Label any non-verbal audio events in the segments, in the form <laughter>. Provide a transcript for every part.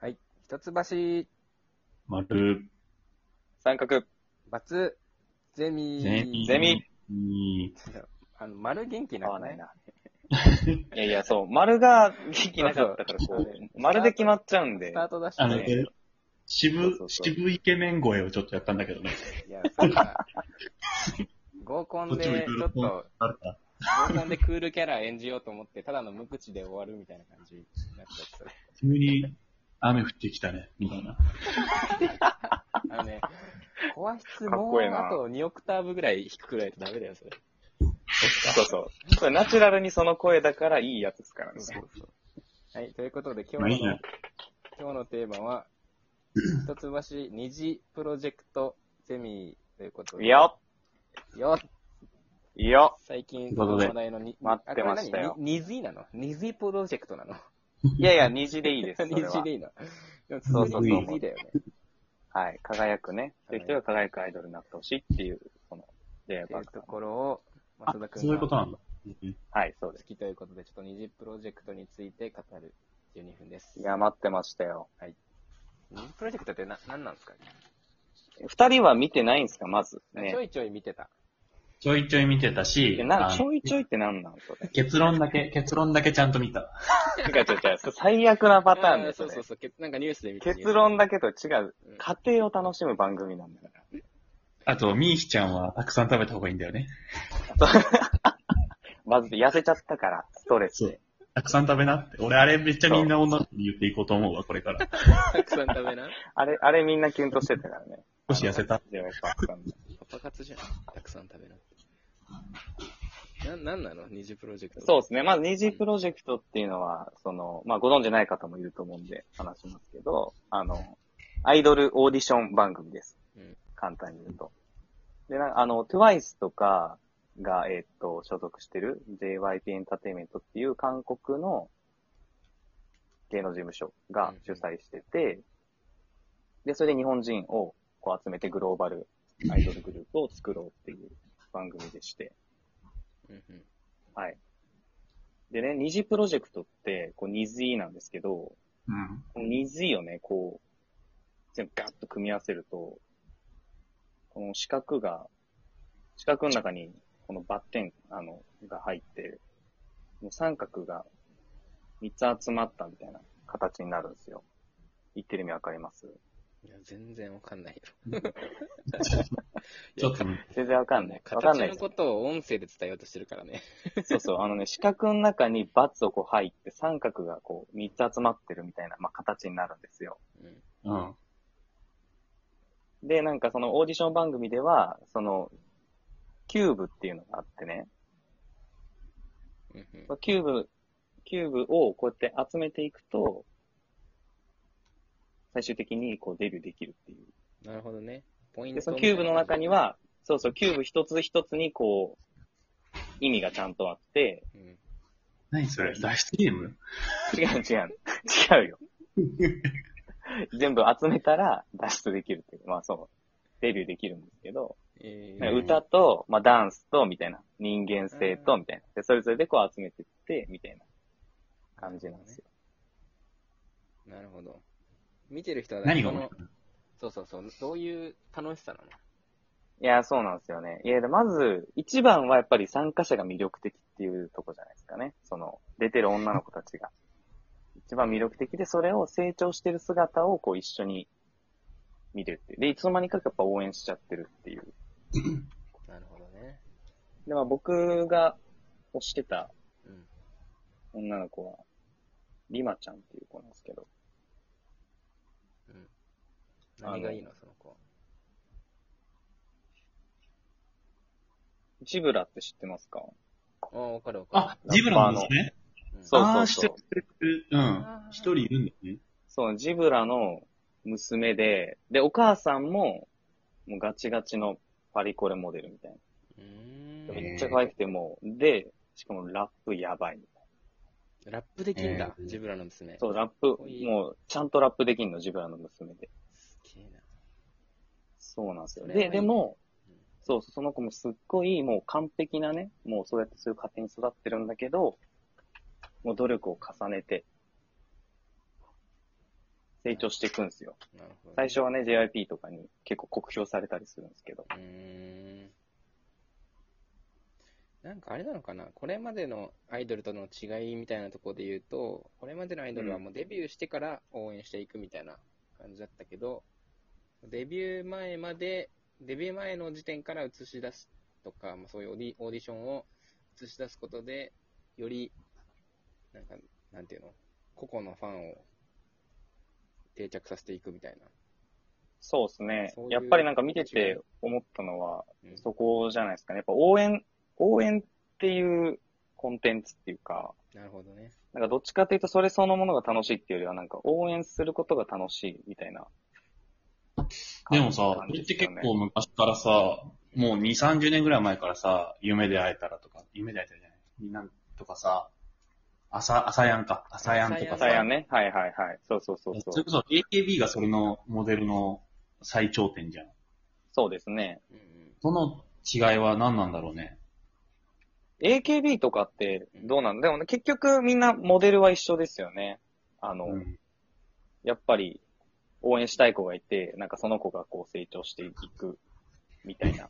はい。一橋、丸、三角、バツ、ゼミ。ゼミ。ゼミ。いあの、丸元気な合くわなないいな。 <laughs> いやいや、そう、丸が元気なかったから、こそうそうう、丸で決まっちゃうんスでタ、ートダッシあュの、で。え渋そう、そうそう渋イケメン声をちょっとやったんだけどね。いや、そう <laughs> か。合コンで、ちょっと、合あるかコンでクールキャラ演じようと思って、ただの無口で終わるみたいな感じになっちゃ <laughs> って急に雨降ってきたね、みたいな。あのね、怖質かっもうこええなあと2オクターブぐらい低くないとダメだよ、それ。そうそう。これナチュラルにその声だからいいやつですからね。そうそう。はい、ということで今まあい日いのな。今日のテーマ <laughs> は、一橋二次プロジェクトゼミということで。いいよよいいよ最近、というそことので話題のに、待ってましたよあこれ何に二次なの二次プロジェクトなのいやいや、虹で <laughs> い <laughs> いです。それ二は次でいいのでも、そそううそそううそう二次だよね。はい。輝くね。そういう人が輝くアイドルになってほしいっていう、その、ジェイアってバいうーとクころを、あ松田君そういうことがなんだ。うんはい、そう好です。きということで、ちょっと二次プロジェクトについて語る12分です。いや、待ってましたよ。二次プロジェクトってな、何なんですかね二人は見てないんですか、まず。ねちょ。いちょい見てた。ちょいちょい見てたしで、な、あちょいちょいってなんなんそれ。 <laughs> 結論だけ、結論だけちゃんと見た。違う違う違う。それ最悪なパターンあーですそうね。そうそう。けなんかニュースで見て結論だけと違ううん。家庭を楽しむ番組なんだから。あと、ミーヒちゃんはたくさん食べた方がいいんだよね。まず痩せちゃったから、ストレスで。たくさん食べなって。俺、あれめっちゃみんな女の子に言っていこうと思うわ、これかたら。くさんダメな。あれ、あれみんなキュンとしてたからね。少し痩せた。ジェイワークさんのパパ活じゃん。たくさん食べな。な、なんなの二次プロジェクト。そうですね。まず、二次プロジェクトっていうのは、その、まあ、ご存知ない方もいると思うんで話しますけど、あの、アイドルオーディション番組ですうん。簡単に言うと。で、なあの、TWICE とかが、えーっと、所属してる JYP エンターテインメントっていう韓国の芸能事務所が主催してて、で、それで日本人をこう集めてグローバルアイドルグループを作ろうっていう番組でして、うんうん。はい。でね、二次プロジェクトって、こう、二次なんですけど、うん。この二次をね、こう、全部ガッと組み合わせると、この四角が、四角の中に、このバッテン、あの、が入って、もう三角が三つ集まったみたいな形になるんですよ。言ってる意味わかりますいや、全然わかんないよ。ちょっと、全然わかんない。わかん形ないのです。ことを音声で伝えようとしてるからね。そうそう、 <laughs> あのね、四角の中にバツをこう入って、三角がこう、三つ集まってるみたいな、まあ、形になるんですよ。うん。うん。で、なんかそのオーディション番組では、その、キューブっていうのがあってね、うんうんキューブ、キューブをこうやって集めていくと、最終的にこうデビューできるっていなるほどね。ポイう。ンで、トそのみキたいュなーブの中に、は、そうそう、キューブ一つ一つにこう、意味がちゃんとあって、うん何それ脱出ゲーム違う違う、違うよ。全部集めたら脱出できるっていう、まあそう、デビューできるんですけど、えうーん歌と、まあ、ダンスと、みたいな。人間性と、みたいな。で、それぞれでこう集めてって、みたいな感じなんですよ。なるほど。見てる人は何がそ面の白いのそうそうそう。どういう楽しさなのいや、そうなんですよね。いや、でまず、一番はやっぱり参加者が魅力的っていうとこじゃないですかね。その、出てる女の子たちが。一番魅力的で、それを成長してる姿をこう一緒に見るっていう。で、いつの間にかやっぱ応援しちゃってるっていう。なるほどね。で、まあ僕が推してたうん。女の子は、リマちゃんっていう子なんですけど。うん。何がいいの、その子は。ジブラって知ってますかああ、わかるわかあ、ジブラのですね。る。うんそうああ、してる。うん。あー一人いるんだよね。そう、ジブラの娘で、で、お母さんも、もうガチガチのパリコレモデルみたいな。うーんめっちゃ可愛くてもう、で、しかもラップやばいみたいラップできんだ、えージブラの娘。な。そう、ラップ、かっこいいもう、ちゃんとラップできんの、ジブラの娘で。すげえな。そうなんですよ。それはいで、いねでもうん、そうそう、その子もすっごい、もう完璧なね、もうそうやってそういう家庭に育ってるんだけど、もう努力を重ねて、成長していくんですよ。なるほど。最初はね、JYP とかに結構酷評されたりするんですけど。うーん。なんかあれなのかな、これまでのアイドルとの違いみたいなところで言うと、これまでのアイドルはもうデビューしてから応援していくみたいな感じだったけど、デビュー前まで、デビュー前の時点から映し出すとか、まあ、そういうオーディオーディションを映し出すことで、より、なんか、なんていうの、個々のファンを定着させていくみたいそうですねそういう。やっぱりなんか見てて思ったのは、な。うんそこじゃないですかね。やっぱ応援、応援っていうコンテンツっていうか、なるほどね。なんかどっちかっていうとそれそのものが楽しいっていうよりは、なんか応援することが楽しいみたいなで感もじすよね。さ、これって結構昔からさ、もう2、30年ぐらい前からさ、夢で会えたらとか、夢で会えたらじゃない、なんとかさ、朝、朝やんか、朝やんとかさ朝さ、ややんね。はいはいはい。そうそうそうそそれう。こそ AKB がそれのモデルの最頂点じゃん。そうですね。うんうんその違いは何なんだろうね。 AKB とかってどうなのでもね、結局みんなモデルは一緒ですよね。あの、うんやっぱり応援したい子がいて、なんかその子がこう成長していくみたいな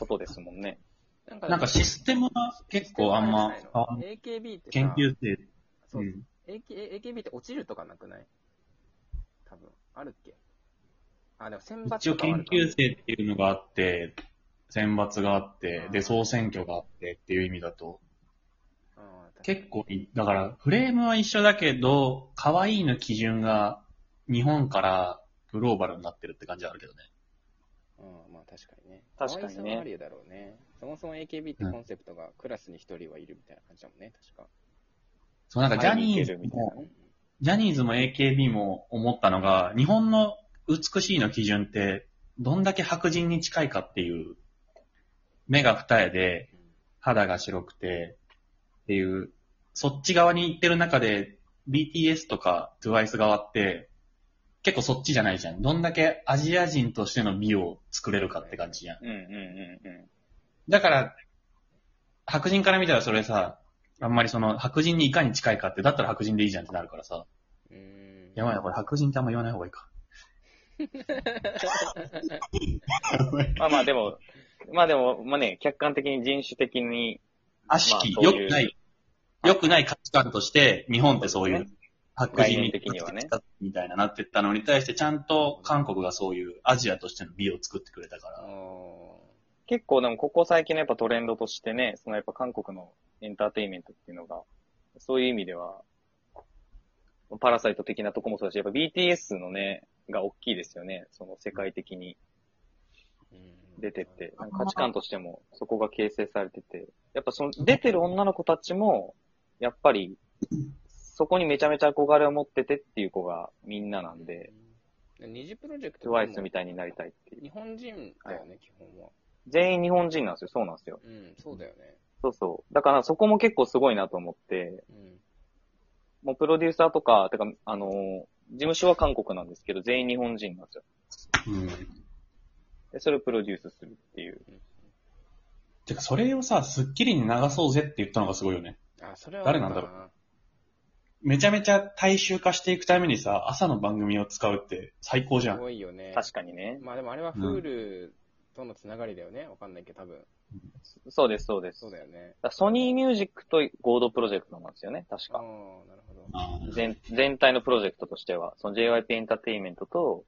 ことですもんね。なんなんかシステムが結構あんま変わんない、 AKB ってさ研究生、そう、うん AK AKB って落ちるとかなくない多分。あるっけあ、でも選抜一応とかはあ研るか究生っていうのがあって、選抜があってう、んで、総選挙があってっていう意味だと、あー確かに結構い、だから、フレームは一緒だけど、可愛いの基準が日本からグローバルになってるって感じはあるけどね。うん、まあ確かにね。確かにね可愛さはあるだろうね。そもそも AKB ってコンセプトがクラスに一人はいるみたいな感じだもんね、確か。そう、なんかジャニー会いズに行けるみたいなも、うんジャニーズも AKB も思ったのが、日本の美しいの基準って、どんだけ白人に近いかっていう、目が二重で、肌が白くて、っていう、そっち側に行ってる中で、BTS とか TWICE 側って、結構そっちじゃないじゃん。どんだけアジア人としての美を作れるかって感じじゃん。うんうんうんうん。だから、白人から見たらそれさ、あんまりその白人にいかに近いかって、だったら白人でいいじゃんってなるからさ。うーん。やばいな、これ白人ってあんま言わない方がいいか。まあまあでも、 <laughs> まあでも、まあね、客観的に人種的に、悪しき、まあ良そういうくない、良くない価値観として、日本ってそういう白人に概念的にはねみたいななってったのに対して、ちゃんと韓国がそういうアジアとしての美を作ってくれたかあら。ー結構でもここ最近のやっぱトレンドとしてね、そのやっぱ韓国のエンターテインメントっていうのが、そういう意味では、パラサイト的なとこもそうだし、やっぱ BTS のね、が大きいですよね。その世界的にうん出てって、なんか価値観としてもそこが形成されてて、やっぱその出てる女の子たちも、やっぱり、そこにめちゃめちゃ憧れを持っててっていう子がみんななんで、、うん二次プロジェクトはもう TWICE みたいになりたいっていう。日本人だよね、基本は。全員日本人なんですよ。そうなんですよ。うん、そうだよね。そうそう。だからそこも結構すごいなと思って、うん。もうプロデューサーとか、てか、あのー事務所は韓国なんですけど、全員日本人なんですよ。うん。で、それをプロデュースするっていう。うんてか、それをさ、スッキリに流そうぜって言ったのがすごいよね。あ、それは誰なんだろうう。めちゃめちゃ大衆化していくためにさ、朝の番組を使うって最高じすゃん。ごいよね。確かにね。まあでもあれは Hulu とのつながりだよね。わかんないけど、多分。そうです、そうです。そうだだかよね。らソニーミュージックと合同プロジェクトなんですよね、確ああか。、なるほど。あー全全体のプロジェクトとしては、その JYP エンターテインメントと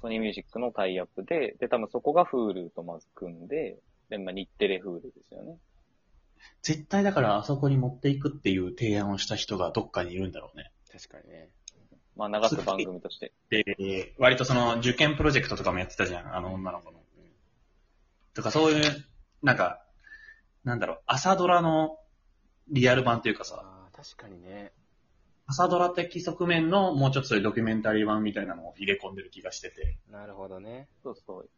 ソニーミュージックのタイアップで、で、多分そこが Hulu とまず組んで、で、まあ日テレ Hulu ですよね。絶対だからあそこに持っていくっていう提案をした人がどっかにいるんだろうね。確かにね。まあ流す番組として。で、割とその受験プロジェクトとかもやってたじゃん、あの女の子の。うんとかそういう、なんか、なんだろう、朝ドラのリアル版というかさ、ああ、確かにね。朝ドラ的側面のもうちょっとそういうドキュメンタリー版みたいなのを入れ込んでる気がしてて。なるほどね。そうそう。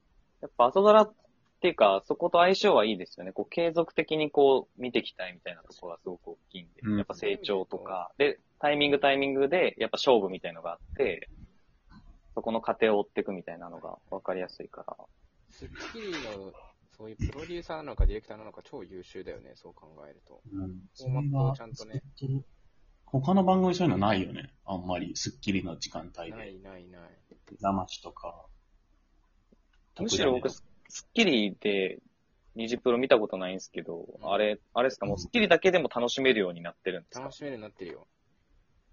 やっぱ朝ドラっていうか、そこと相性はいいですよね。こう継続的にこう見ていきたいみたいなところがすごく大きいんで、うんやっぱ成長とか、で、タイミングタイミングで、やっぱ勝負みたいのがあって、そこの過程を追っていくみたいなのが分かりやすいから。スッキリの、そういうプロデューサーなのかディレクターなのか超優秀だよね。そう考えると。うん。フォーマットをちゃんとねそれが。他の番組そういうのないよね。あんまりスッキリの時間帯なで。いないない。ざましとか。むしろ僕、ススッキリで、ニジプロ見たことないんですけど、あれ、あれですか、もうスッキリだけでも楽しめるようになってるんですか楽しめるようになってるよ。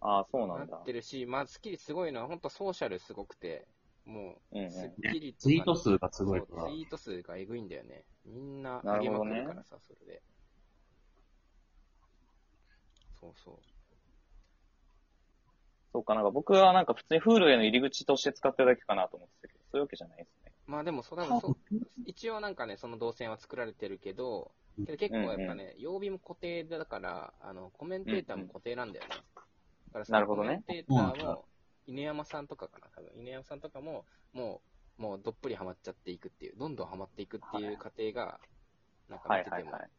ああ、そうななんだっ。てるし、まあ、スッキリすごいのは、本当ソーシャルすごくて、もうんうう、スん。ッキリとかツイート数がすごいそうからツイート数がえぐいんだよね。みんなな上るげほまどくねるからさ、それで。そうそう。そうか、なんか僕はなんか普通に Hulu への入り口として使ってるだけかなと思ってたけど、そういうわけじゃないですね。まあでもそう、多分 <laughs> そう一応なんかね、その動線は作られてるけど、けど結構やっぱね、曜日も固定だから、あの、コメンテーターも固定なんだよね。だからそのなるほどねコメンテーターも、犬山さんとかかな、多分。犬山さんとかも、もう、もうどっぷりハマっちゃっていくっていう、どんどんハマっていくっていう過程が、なんかは見いてはていもは、い。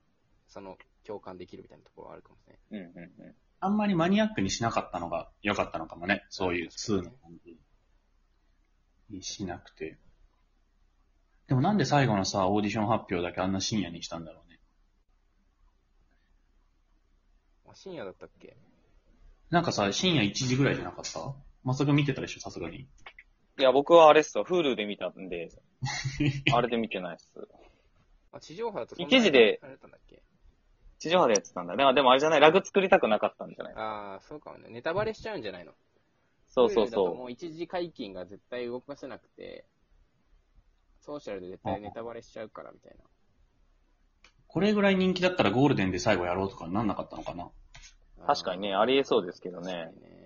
その共感できるみたいなところはあるかもしれない。うんうんうん。あんまりマニアックにしなかったのが良かったのかもね。そういう数の感じにしなくて。でもなんで最後のさ、オーディション発表だけあんな深夜にしたんだろうね。あ、深夜だったっけなんかさ、深夜1時ぐらいじゃなかったまさか見てたでしょ、さすがに。いや、僕はあれっすわ、Hulu で見た <laughs> んで、あれで見てないっす。あ、地上波だと一時であれだったんだっけ地上波でやってたんだ。でも、でもあれじゃない、ラグ作りたくなかったんじゃないああ、そうかもね。ネタバレしちゃうんじゃないのそうそう Hulu だとそもう一時解禁が絶対動かせなくて、ソーシャルで絶対ネタバレしちゃうからみたいな。これぐらい人気だったらゴールデンで最後やろうとかなんなかったのかな。う。確かにね、ありえそうですけどね。確かにね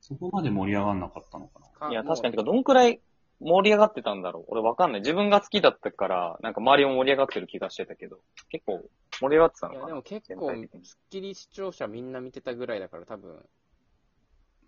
そこまで盛り上がんなかったのかな。かいや、もう確かに、てか、どんくらい盛り上がってたんだろう俺わかんない。自分が好きだったから、なんか周りも盛り上がってる気がしてたけど、結構盛り上がってたいのや、かでなも結全構、ス体ッ的に。キリ視聴者みんな見てたぐらいだから、多分、